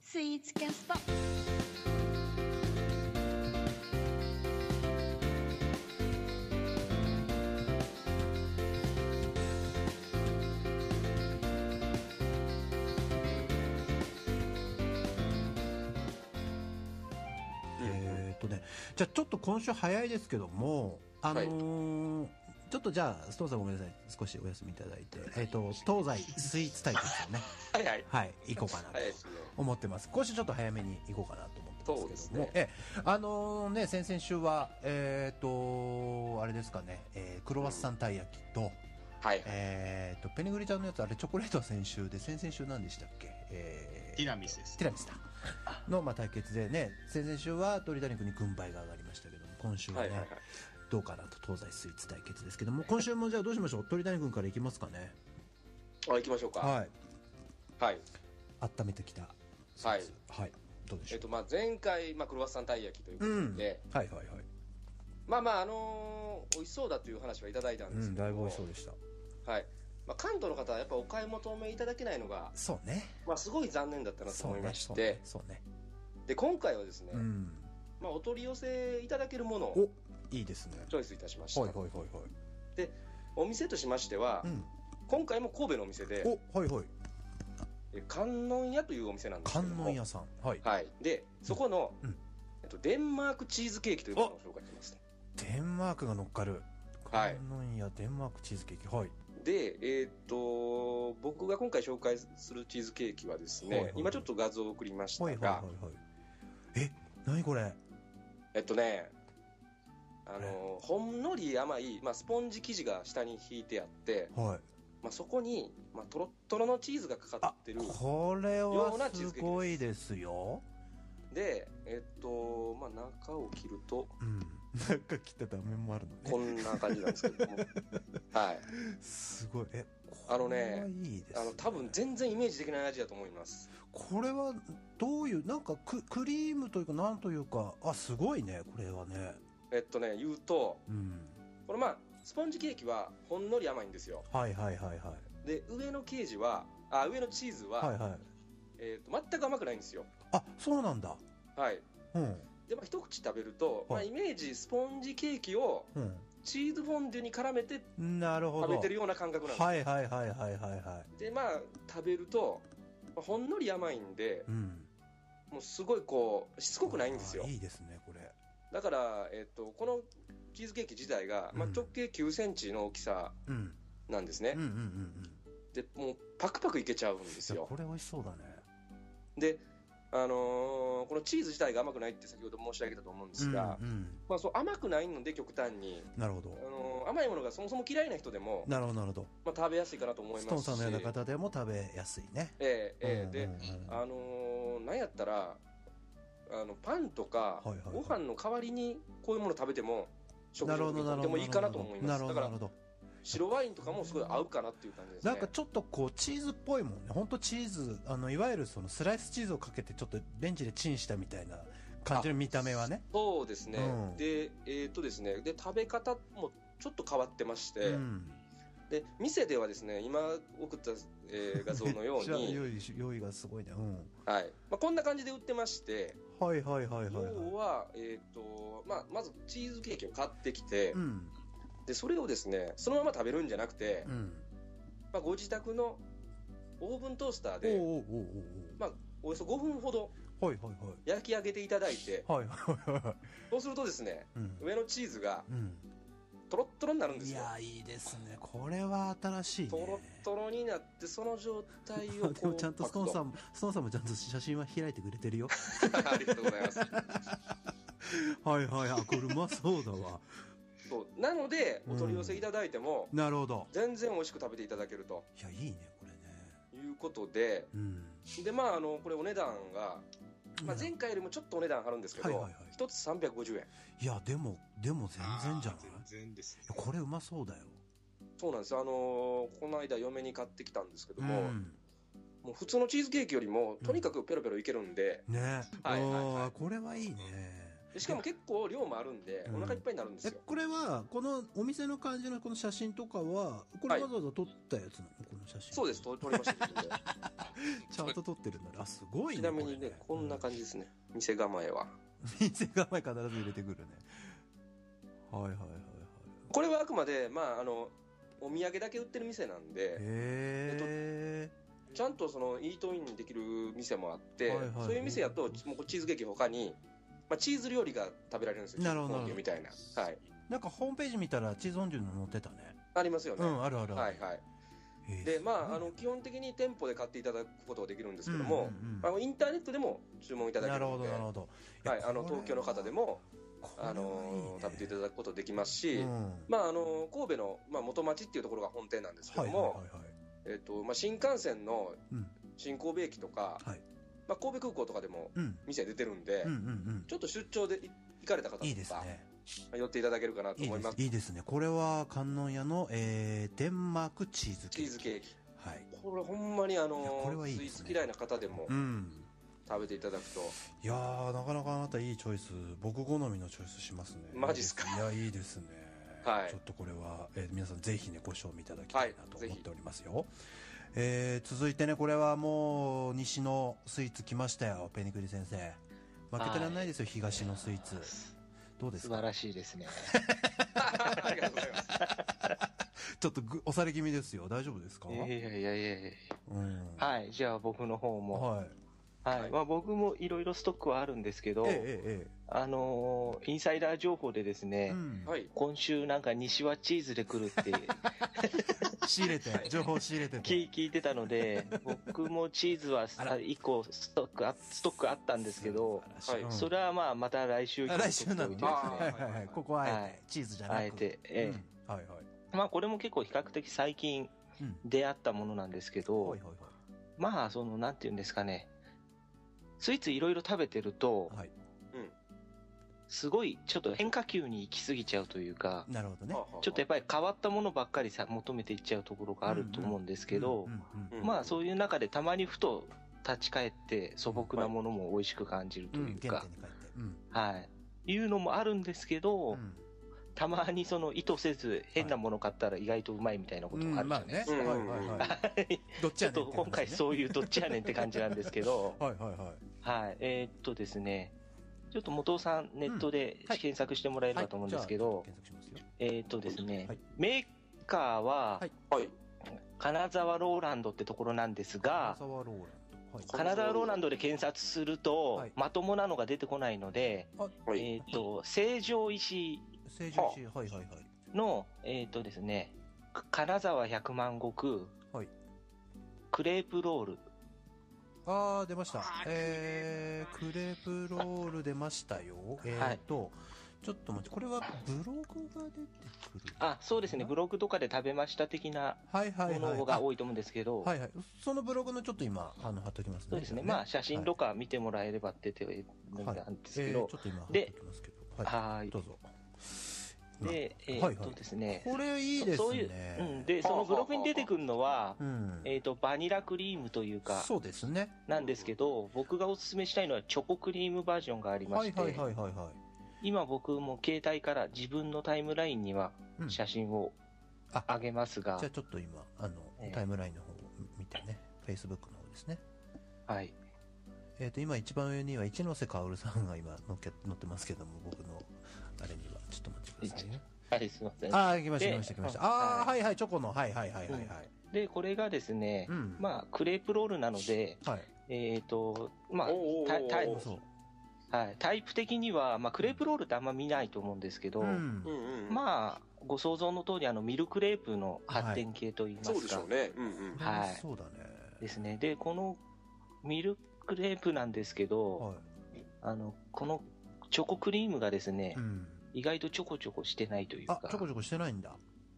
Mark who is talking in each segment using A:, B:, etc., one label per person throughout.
A: スイーツキャスト
B: えーっとね、じゃあちょっと今週早いですけども、あのーちょっとじゃあ、須藤さんごめんなさい。少しお休みいただいて、えーっと、東西スイーツ対決をね、
C: はい はい。
B: はい、行こうかなと
C: 早いですね。
B: 思ってます。今週ちょっと早めに行こうかなと思ってますけども。
C: そうですね
B: ええあのーね、先々週は、えーっ、と、あれですかね、えークロワッサンたい焼きと、
C: はい。
B: えーっ、と、ペニグリちゃんのやつ、あれチョコレートは先週で、先々週何でしたっけえー
D: ティラミスです
B: ティラミスだの、まあ、対決でね先々週は鳥谷君に軍配が上がりましたけども今週はね、
C: はいはいはい
B: どうかなと東西スイーツ対決ですけども今週もじゃあどうしましょう鳥谷君からいきますかね
C: あ、行きましょうか。
B: はい
C: はい。
B: 温めてきた
C: はい。
B: はいどうでし
C: え
B: ょ
C: っ
B: う、
C: と、まあ、前回、まあ、クロワッサンたい焼きというこ
B: う
C: と
B: ん
C: で、
B: はいはいはい
C: まあまあ、あのー美味しそうだという話はいただいたん
B: う
C: です
B: ん
C: けど、
B: だいぶ美味しそうでした
C: はい。まあ、関東の方はやっぱお買い求めいただけないのが、
B: そうね
C: まあ、すごい残念だったなと
B: そ
C: 思
B: う
C: い
B: ね
C: まし
B: そう
C: て、
B: ねそうね
C: で、今回はですね、
B: うん
C: まあ、お取り寄せいただけるもの
B: お
C: を
B: いいですねはい
C: チョイスいたしました。
B: はいはいはい
C: で、お店としましては、
B: うん
C: 今回も神戸のお店で、
B: おはいはい
C: え観音屋というお店なんですけども
B: 観音屋さんはい
C: はい。で、そこの、
B: うん
C: えっと、デンマークチーズケーキというものを紹介します。
B: デンマークが乗っかる
C: はい
B: 観音屋デンマークチーズケーキはい
C: で、えーっと、僕が今回紹介するチーズケーキはですね、
B: はいはいはい
C: 今ちょっと画像を送りましたが、
B: はいはいはいはいえ何これ
C: えっとね、あの、ほんのり甘い、まあ、スポンジ生地が下に引いてあって、
B: はい
C: まあ、そこに、まあ、とろっとろのチーズがか
B: あ
C: かってる。
B: これはすごいですよ
C: で、えっと、まあ、中を切ると、
B: うんなんか切った断面もあるのね
C: こんな感じなんですけ ども。はい。
B: すごいえ
C: あのね
B: これはいいです、ね、
C: あの、多分全然イメージできない味だと思います。
B: これはどういうなんかククリームというかなんというかあすごいねこれはね
C: えっとね、言うと、
B: うん
C: これまあ、スポンジケーキはほんのり甘いんですよ。
B: はいはいはいはい
C: で、上のケージは、あ、上のチーズは、
B: はいはい
C: えーと、全く甘くないんですよ。
B: あそうなんだ
C: はい。
B: うん
C: で、まあ、一口食べると、ま
B: は
C: あ、
B: い
C: イメージ、スポンジケーキをチーズフォンデュに絡めて
B: うんなるほど
C: 食べてるような感覚なんです。
B: はいはいはいはいはいはい
C: で、まあ、食べると、まあほんのり甘いんで、
B: うん
C: もうすごいこう、しつこくないんですよ
B: あ。いいですねこれ
C: だから、えっと、このチーズケーキ自体が、まあ、
B: うん
C: 直径9センチの大きさ
B: うん
C: なんです
B: うん
C: ね
B: うんう。んうん
C: で、もう、パクパクいけちゃうんです
B: いや
C: よ。
B: これ美味しそうだね
C: で、あのーこのチーズ自体が甘くないって先ほど申し上げたと思うんですが、
B: うんうん
C: まあ、そう甘くないので極端に、
B: なるほど
C: あのー甘いものがそもそも嫌いな人でも、
B: なるほどなるほど
C: まあ、食べやすいかなと思います
B: ス
C: し
B: トーンさんのような方でも食べやすいね
C: ええええ
B: うん
C: で、
B: うんうん
C: あのーなんやったらあのパンと
B: は
C: か、
B: いはいはい
C: ご飯の代わりにこういうもの食べても食
B: な
C: 事
B: るほ
C: と
B: どなるほど
C: てもいいかなと思いま
B: な
C: す
B: るほ
C: だ
B: ど
C: か
B: なるほ
C: ら
B: ど
C: 白ワインとかもすごい合うかなっていう感じですね
B: なんかちょっとこうチーズっぽいもんね本当チーズあのいわゆるそのスライスチーズをかけてちょっとレンジでチンしたみたいな感じの見た目はね
C: そうですね、
B: うん
C: でえーっとですねで食べ方もちょっと変わってまして、
B: うん
C: で店ではですね今送った、えー画像の よう
B: めっちゃ
C: に、
B: 用意し用意がすごいねうん
C: はいまあ、こんな感じで売ってまして、
B: はいはいはいはい
C: 要
B: はい
C: は、えーとまあ、まずチーズケーキを買ってきて、
B: うん
C: でそれをですねそのまま食べるんじゃなくて、
B: うん
C: まあ、ご自宅のオーブントースター
B: おう
C: で、
B: おうおうおう
C: まあ、およそ5分ほど
B: おうはいはいはい
C: 焼き上げていただいて
B: はいはいはいは
C: そうするとですね
B: いうん
C: 上のチーズが
B: うん
C: とろっとろになるんで
B: い
C: すよ。
B: やいいですねこれは新しい
C: とろっ
B: ね
C: とろになってその状態
B: ま
C: を
B: あ でもちゃんとストーンさ
C: ん
B: んも、ストーンさんもちゃんと写真は開いてくれてるよ。
C: ありがとう ございます
B: はいはい、あ、これうまそうだわ。
C: そうなので
B: うん
C: お取り寄せいただいても、
B: なるほど。
C: 全然美味しく食べていただけると
B: いや、いいね、これね。
C: いうことで
B: うん。
C: でまああのこれお値段が、まあ、
B: うん
C: 前回よりもちょっとお値段張るんですけど、
B: はいはいはい
C: 1つ350円
B: いや、でも、でも全然じゃ
D: あ
B: ない
D: ー全然ですね
B: いやこれうまそうだよ。
C: そうなんですよあのーこの間嫁に買ってきたんですけど
B: う
C: も、
B: ん。
C: もう普通のチーズケーキよりもとにかくペロペロいけるんで、
B: ね。
C: はいはいはい
B: あーこれはいいね。
C: でしかも結構量もあるんで、
B: うん
C: お腹いっぱいになるんです
B: え
C: よ。
B: これはこのお店の感じのこの写真とかはこれわざわざ撮ったやつなの、この写真
C: そうです、と取り ました自分で
B: ちゃんと撮ってるんだねあすごい
C: ち
B: ね
C: なみにね、
B: こ
C: こんな感じですね。店構えは。
B: じ店構え必ず入れてくるねはいはいはいはい
C: これはあくまで、まあ、あの、お土産だけ売ってる店なんで、
B: へえ
C: ちゃんとその、イートインできる店もあって、
B: はいはいはい
C: そういう店やと、もうチーズケーキ他に、まあ、チーズ料理が食べられるんですよ。
B: なるほど
C: チーズフォンデュみたいな。はい。
B: なんかホームページ見たらチーズオンデュの載ってたね
C: ありますよね。
B: うんあるある
C: は
B: あ
C: い
B: る、
C: はい。
B: へー
C: で、ますあ、
B: ご
C: あ
B: いね
C: の、基本的に店舗で買っていただくことができるんですけど
B: う
C: も
B: ん、うんうん
C: あのインターネットでも注文いただけ
B: な
C: る
B: るほ
C: の
B: ど
C: で
B: なる、ほど
C: はい、あの東京の方でも、あの食べていた
B: だ
C: だくことできます
B: き
C: し、まああの神戸の、まあ、元町っていうところが本店なんですけども、
B: はいはいはいはい
C: えっとまあ、新幹線の
B: うん
C: 新神戸駅とか、
B: はい
C: まあ、神戸空港とかでも
B: うん
C: 店出てるんで、
B: うんうん
C: ちょっと出張でい行かれた
B: う
C: 方とか
B: んいいですね
C: まあ寄っていただけるかないと
B: い
C: 思い
B: で
C: ます
B: すいいですねこれは観音屋の、えーデンマークチーズケ
C: チ
B: ー
C: ー
B: キ
C: ズケーキ
B: はい
C: これほんまにあ
B: いやこれ
C: の
B: はいい
C: ス
B: で
C: イー
B: す
C: ツ
B: ね
C: 嫌いな方でも
B: うん
C: 食べていただくと、
B: いやーなかなかあなたいいチョイス僕好みのチョイスしますね
C: マジっすか
B: いやいいですね
C: はい
B: ちょっとこれは、えー皆さんぜひねご賞味いただきたいなと
C: はいぜ
B: 思っ
C: ひ
B: ておりますよ、えー続いてねこれはもう西のスイーツ来ましたよペニクリ先生負けてらんないですよ、東のスイーツどうです
A: 素
B: か
A: 晴らしいですね。
C: ありがとうございます
B: ちょっとぐ押され気味ですよ大丈夫ですか、
A: いやいやいやいやいや
B: うん
A: はい、じゃあ僕の方も。
B: はい
A: はい、
C: はい
A: まあ僕もいろいろストックはあるんですけど、
B: えええ
A: あのーインサイダー情報でです
B: ええ
A: ね、
B: うん
C: はい
A: 今週なんか西はチーズで来るって
B: 仕入れて 情報仕入れてて
A: 聞聞いてたので、僕もチーズは
B: あら
A: 1個ストックあストックあったんですけど、
B: 素晴らし
C: はい
A: それはまあまた来週
B: あ来週なんで
A: 取っ
B: す
A: て
B: ね
A: おいて
B: はい
A: ですね
B: はいはいここはあえて、
A: はい
B: チーズじゃなく
A: あえて、ええ
B: うんはいはい
A: まあこれも結構比較的最近
B: うん
A: 出会ったものなんですけど、
B: はいはいはい
A: まあそのなんていうんですかねスイーツいろいろ食べてると
B: はい。
A: すごいちょっと変化球に行き過ぎちゃうというか
B: なるほどね。
C: はあはあはあ
A: ちょっとやっぱり変わったものばっかりさ求めていっちゃうところがあると思うんですけど、
B: うんうんうん
C: うん
A: まあそういう中でたまにふと立ち返って素朴なものも美味しく感じると
B: うん、
A: いう
B: 原
A: か
B: 点、に帰って。うん。
A: はい、いうのもあるんですけど、
B: うん
A: たまにその意図せず変なもの買ったら意外とうまいみたいなこともあるじゃないですか。
B: はい
C: うん
B: はいはい。どっち
A: ちょ
B: やねん
A: っと
B: って
A: 今回
B: 話ね
A: そういうどっちやねんって感じなんですけ ど、
B: はいはいはい。
A: はい、えーっとですね、ちょっと元尾さん、ネットで
B: はい
A: 検索してもらえればと思うんですけど、
B: 検索しますよ。
A: えーっとですね、
B: はい
A: メーカーは
B: はい
C: はい
A: 金沢ローランドってところなんですが、
B: 沢ローランド。はい。
C: 金
A: 金
C: 沢
A: 沢ローランドで検索すると
B: はい、
A: まともなのが出てこないので、
C: はい
A: えーっと、成城石井
B: 成城石井。はいはいはい。
A: の、えーっとですね、金沢百万石、
B: はい
A: クレープロール、
B: あー、出ました。えー、クレープロール出ましたよ。えーと、ちょっと待って、これはブログが出てくる。
A: あ、そうですね、ブ
B: ロ
A: ログとかで食べました的な
B: グ。はいはい
A: も
B: はい。
A: のが多いと思うんですけど、
B: はいはい。そのブログのちょっと今、あの、貼っときますね。
A: そうですね。まあ、写真
B: はい
A: とか見てもらえればっててなん
B: はい
A: ですけど
B: えーち、ょっと今貼っ
A: で
B: ておきますけど。は。
A: はいい
B: ど。うぞ。
A: で、
B: はい
A: えーっ
B: はい
A: とですね、
B: これいいですね。
A: そういう、うん、で、そのブログに出てくるのは
B: う、ん
A: えーっと、バニラクリームというか、
B: そうですね。
A: なんですけど、僕がおすすめしたいのはチョコクリームバージョンがありま
B: はい
A: して、
B: はいはいはいは。
A: 今僕も携帯から自分のタイムラインにはい
B: うんじゃ
A: 写真を
B: あ
A: 上げますが、
B: あちょっと今、あの
A: え、え
B: タイムラインの方を見てね。Facebook の方ですね。
A: はい。
B: えっと、今一番上には一ノ瀬薫さんが今乗っけ乗ってますけども、僕のあれには。ちょっと待ってくださいね。
A: はい、すいません。
B: ああ、来ました来ました来ました。
A: で
B: ああ、
A: は
B: はいはい、チョコの。はいはいはいはいはい。
A: で、これがですね
B: う、ん。
A: まあ、クレープロールなので、
B: はい。
A: えーっと、まあ、
C: おー
A: タイタイ
C: おー
B: そう。
A: はい、タイプ的には、まあ、クレープロールってあんま見ないと思うんですけど、
B: うん
C: うんうんあ
A: まあご想像の通りあのミルクレープの発展系といいますか、
C: そうでしょうねうんうん
B: これは
A: はい
B: そうだね。
A: ですねでこのミルクレープなんですけど、
B: は
A: あのこのチョコクリームがですね
B: い。う、ん。
A: 意外とちょこちょこしてないという
B: あ
A: か、
B: ちょこちょこしてないんだ。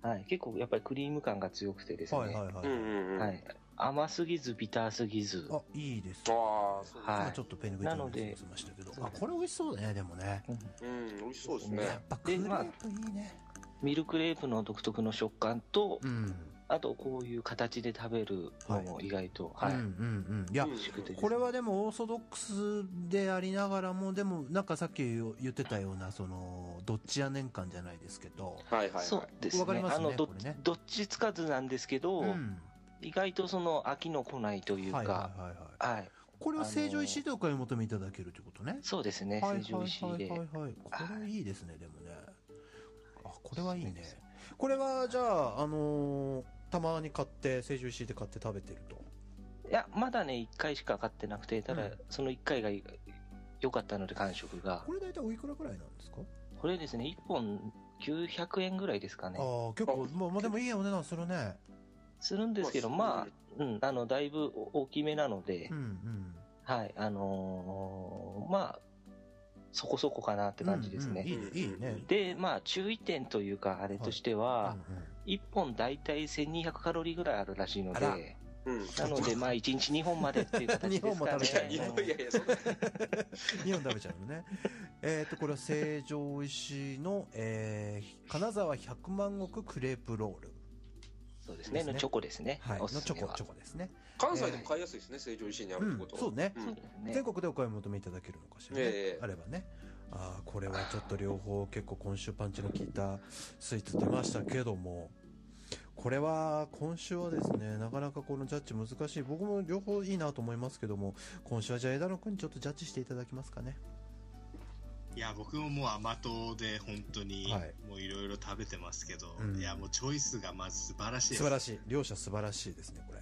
A: はい、結構やっぱりクリーム感が強くてですね、
B: はいはいはい。
C: うんうんうん
A: はい甘すぎずビターすぎず
B: あ、いいです。
C: ああそうですね
A: はい
B: 今ちょっとペンギンの話をしましたけど。あ、これ美味しそうだね、でもね。
C: うん美味しそうです
A: ね
C: ね
B: やっぱクレープいいね。
A: ミルクレープの独特の食感と、
B: うん。
A: あと、こういう形で食べるのも意外と、はい。
B: うんうんうん。いや、
C: うん
A: 美味しくてですね
B: これはでもオーソドックスでありながらも、でもなんかさっき言ってたような、その、どっちや年間じゃないですけど、
C: はいはいはい。
A: そうです
B: わかり
A: ね。
B: ます
A: あ
B: ね
A: の、ど
B: これね
A: どっちつかずなんですけど、
B: うん。
A: 意外とその飽きの来ないという
B: はいはい
A: か、
B: はいはい。
A: はい。
B: これを成城石井でお買い求めいただけるということね。
A: そうですね。成城石井
B: は
A: で
B: い。はいはいはいはいこ
A: は
B: れいいですね、でもね。あ、これはいい
A: そう
B: ね
A: です。
B: これは、じゃあ、あのーたまに買って、成城石井で買って食べてると。
A: いや、まだね、1回しか買ってなくて、ただ
B: うん、
A: その1回が良かったので、感触が
B: こ。れ大体おいくらぐらいなんですか、
A: これですね、1本900円ぐらいですかね。
B: ああ、結構、まあ、まあ、でもいいお値段するね。
A: するんですけど、
C: まあ
A: まあ、うん、あの、だいぶ大きめなので
B: うん、うん。
A: はい、あのーまあ、そこそこかなって感じですね。
B: うんうんいいね、いいね。
A: で、まあ、注意点というか、あれとしては、
B: うんうん
A: 1本大体1200カロリーぐらいあるらしいの
B: あら
A: で、
C: うん。い
A: なので、まあ、1日2本までっていう形ですか ね。
B: 二本も食べちゃう
C: や、いやいやいや、そん な。
B: 2本食べちゃうのね。 えっと、これは成城石井の、えー、金沢百万石クレープロール。
A: そうですね、のチョコですね。
B: はい。の
A: お
B: チ
A: すす
B: ョ
A: め
B: コ、
A: は
B: チョ。コですね。
C: 関西でも買いやすいですね、成城石井にあるってこと
B: うんそうね
A: そう
C: ね
A: ですね
B: 全国でお買い求めいただけるのかしらね、
C: ええ
B: あればねああこれはちょっと両方結構今週パンチの効いたスイーツ出ましたけどもこれは今週はですねなかなかこのジャッジ難しい僕も両方いいなと思いますけども今週はじゃあ枝野君にちょっとジャッジしていただきますかね
D: いや僕ももう甘党で本当に
B: はい
D: もういろいろ食べてますけど、
B: うん
D: いやもうチョイスがまず素晴らしいで
B: 素
D: す
B: 晴らしい両者素晴らしいですねこれ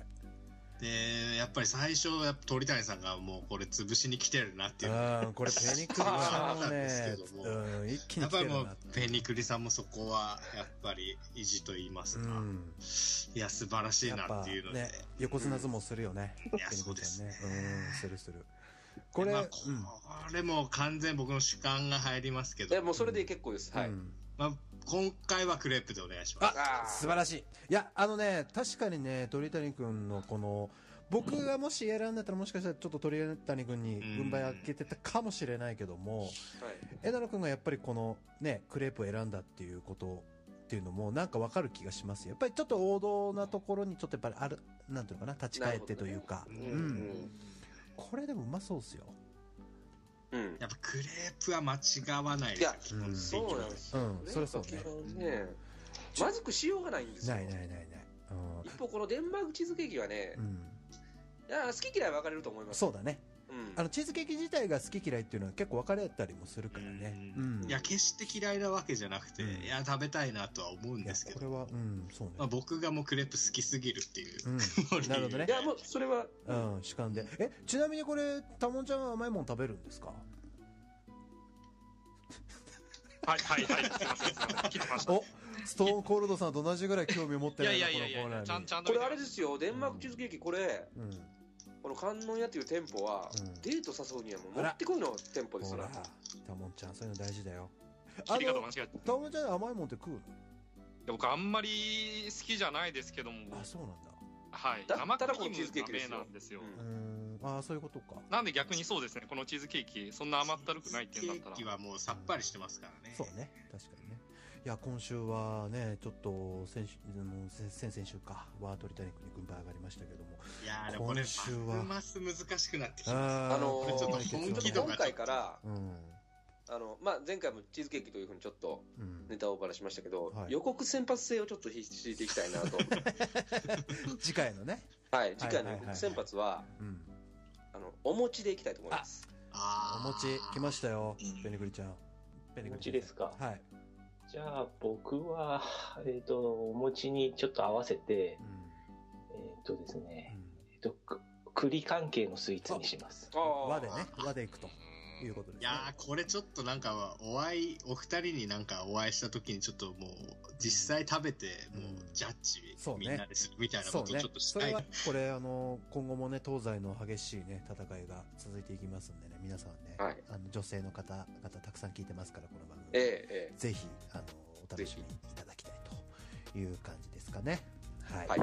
D: でやっぱり最初やっぱ鳥谷さんがもうこれ潰しに来てるなっていう
B: うんこれペニクリさんもね
D: そう
B: うん一気
D: や
B: に来
D: っぱ
B: て
D: り
B: る
D: も
B: な
D: うペニクリさんもそこはやっぱり意地と言います
B: う
D: か、
B: ん
D: いや素晴らしい
B: やっ
D: な
B: ぱ
D: っていうので、
B: ね横綱相撲するよね
D: いや
B: ペニ
D: そ
B: ク
D: う
B: リ
D: で
B: さ
D: す
B: んね
D: ね
B: うんするするこれ、
D: まあ
B: うん。
D: これも完全僕の主観が入りますけ
C: い
D: ど、
C: や、もうそれで結構です。はいう
B: ん
D: まあ、今回はクレープでお願いします
C: あー
B: 素晴らしい。いや、あのね、確かにね、鳥谷君のこの、僕がもし選んだったらもしかしたらちょっと鳥谷君に軍配あけてたかもしれないけども、
C: はい
B: 枝野君がやっぱりこのね、クレープを選んだっていうことっていうのもなんかわかる気がしますよやっぱりちょっと王道なところにちょっとやっぱりある、なんていうのかな、立ち返ってというか、
D: な
C: うん
D: る
C: う
D: ほどね
B: うん
C: ん。
B: これでもうまそうっすよ。
C: うん。
D: やっぱクレープは間違わないですよ
C: いや
D: 基本的に
C: そうなんですよね。
B: うんそりゃそうね
C: やっぱ基本ね。まずくしようがないんですよ。
B: ないないないない。
C: 一方、このデンマークチーズケーキはね
B: うん。う、ん
C: いや好き嫌い分かれると思います。
B: そうだね。
C: うん。
B: あの、チーズケーキ自体が好き嫌いっていうのは結構分かれたりもするからね。うん。
D: いや決して嫌いなわけじゃなくて、
B: うん
D: いや食べたいなとは思うんですけ
B: いや
D: ど、
B: これは、うん、そうね。
D: まあ、僕がもうクレープ好きすぎるっていう
B: うん。
D: うん
B: なるほどね
C: いや、もう、それは、
B: うん、主観で。え、ちなみにこれ、たもんちゃんは甘いもん食べるんですか
E: はいはいはい、すいません、すいません、切れました。
B: おストーンコールドさんと同じぐらい興味を持って
E: い
B: な
E: や
B: い
E: い
B: な、
E: や
B: こ
E: い
B: の
E: やい
B: コーナーに。
E: や、ちゃんちゃんと
C: こ
E: 見
C: れ
E: て
C: あれですよ、デンマークチーズケーキ、これ、
B: うん。
C: この観音屋っていう店舗は
B: うん、
C: デート誘うにはもう、
B: あ
C: も
B: ら
C: ってこいの店舗です
B: ほ
C: よ
B: ら。、たもんちゃん、そういうの大事だよ。あ
E: 切り方間
B: の
E: 違えて。
B: たもんちゃん甘いもんって食うの
E: 僕あんまり好きじゃないですけども、
B: あ、そうなんだ。
E: はい。
C: だ
E: 生ク
C: だからこの
E: リ
C: チーズケーキで
E: ー
C: す
E: ム
C: よ
E: ダメなんですよ。
C: うん
B: うーん、あーそういうことか。
E: なんで逆にそうですね、このチーズケーキ、そんな甘ったるくないっていうんだったら
D: ケーキ。はもうさっぱりしてますからね、
B: そうね、確かにね。いや、今週はね、ちょっと、先週、あの先先々週か、は鳥谷君に軍配上がりましたけども。
D: いやーでもこれ
B: 今週は
D: ますます難しくなってきて
B: あ
C: あの
D: ーちょっと
C: ち
D: 本
C: ょっ
D: 気
C: と
D: 度
C: 今
D: が
C: 回から、
B: うん。
C: あの、まあ、前回もチーズケーキというふうにちょっと
B: うん
C: ネタをばらしましたけど、
B: はい
C: 予告先発性をちょっと引いていきたいな と。
B: 次回のね。
C: はい、次回の
B: はいはいは
C: 予
B: い
C: 告先発は、
B: うん。
C: あの、お餅でいきたいと思います。
B: お
D: あー
B: 餅来ましたよ
E: う。ん
B: ペニクリちゃん。ペニクリちゃん
A: お餅ですか
B: はい。
A: じゃあ、僕は、えっ、と、お餅にちょっと合わせて
B: う、ん
A: えっ、とですね、
B: う
A: えっと、く栗関係のスイーツにします。
C: あ
B: ん
C: あ
B: 和でね、和でいくということですね。
D: いやーこれちょっとなんかお会いお二人になんかお会いした時にちょっともう実際食べて
B: うん
D: もうジャッジ
B: そうね
D: みんなでするみたいな
B: そ
D: こ
B: う
D: とを
B: ね
D: ちょっ。とし
B: そ
D: た
B: れ
D: い、
B: は、これ、あの、今後もね、東西の激しいね、戦いが続いていきますんでね、皆さんね、
C: はい
B: あの女性の方々たくさん聞いてますから、この番組。
C: ええ、え
B: ぜひ、あの、お楽しみいただきたいという感じですかね。はい。
C: はい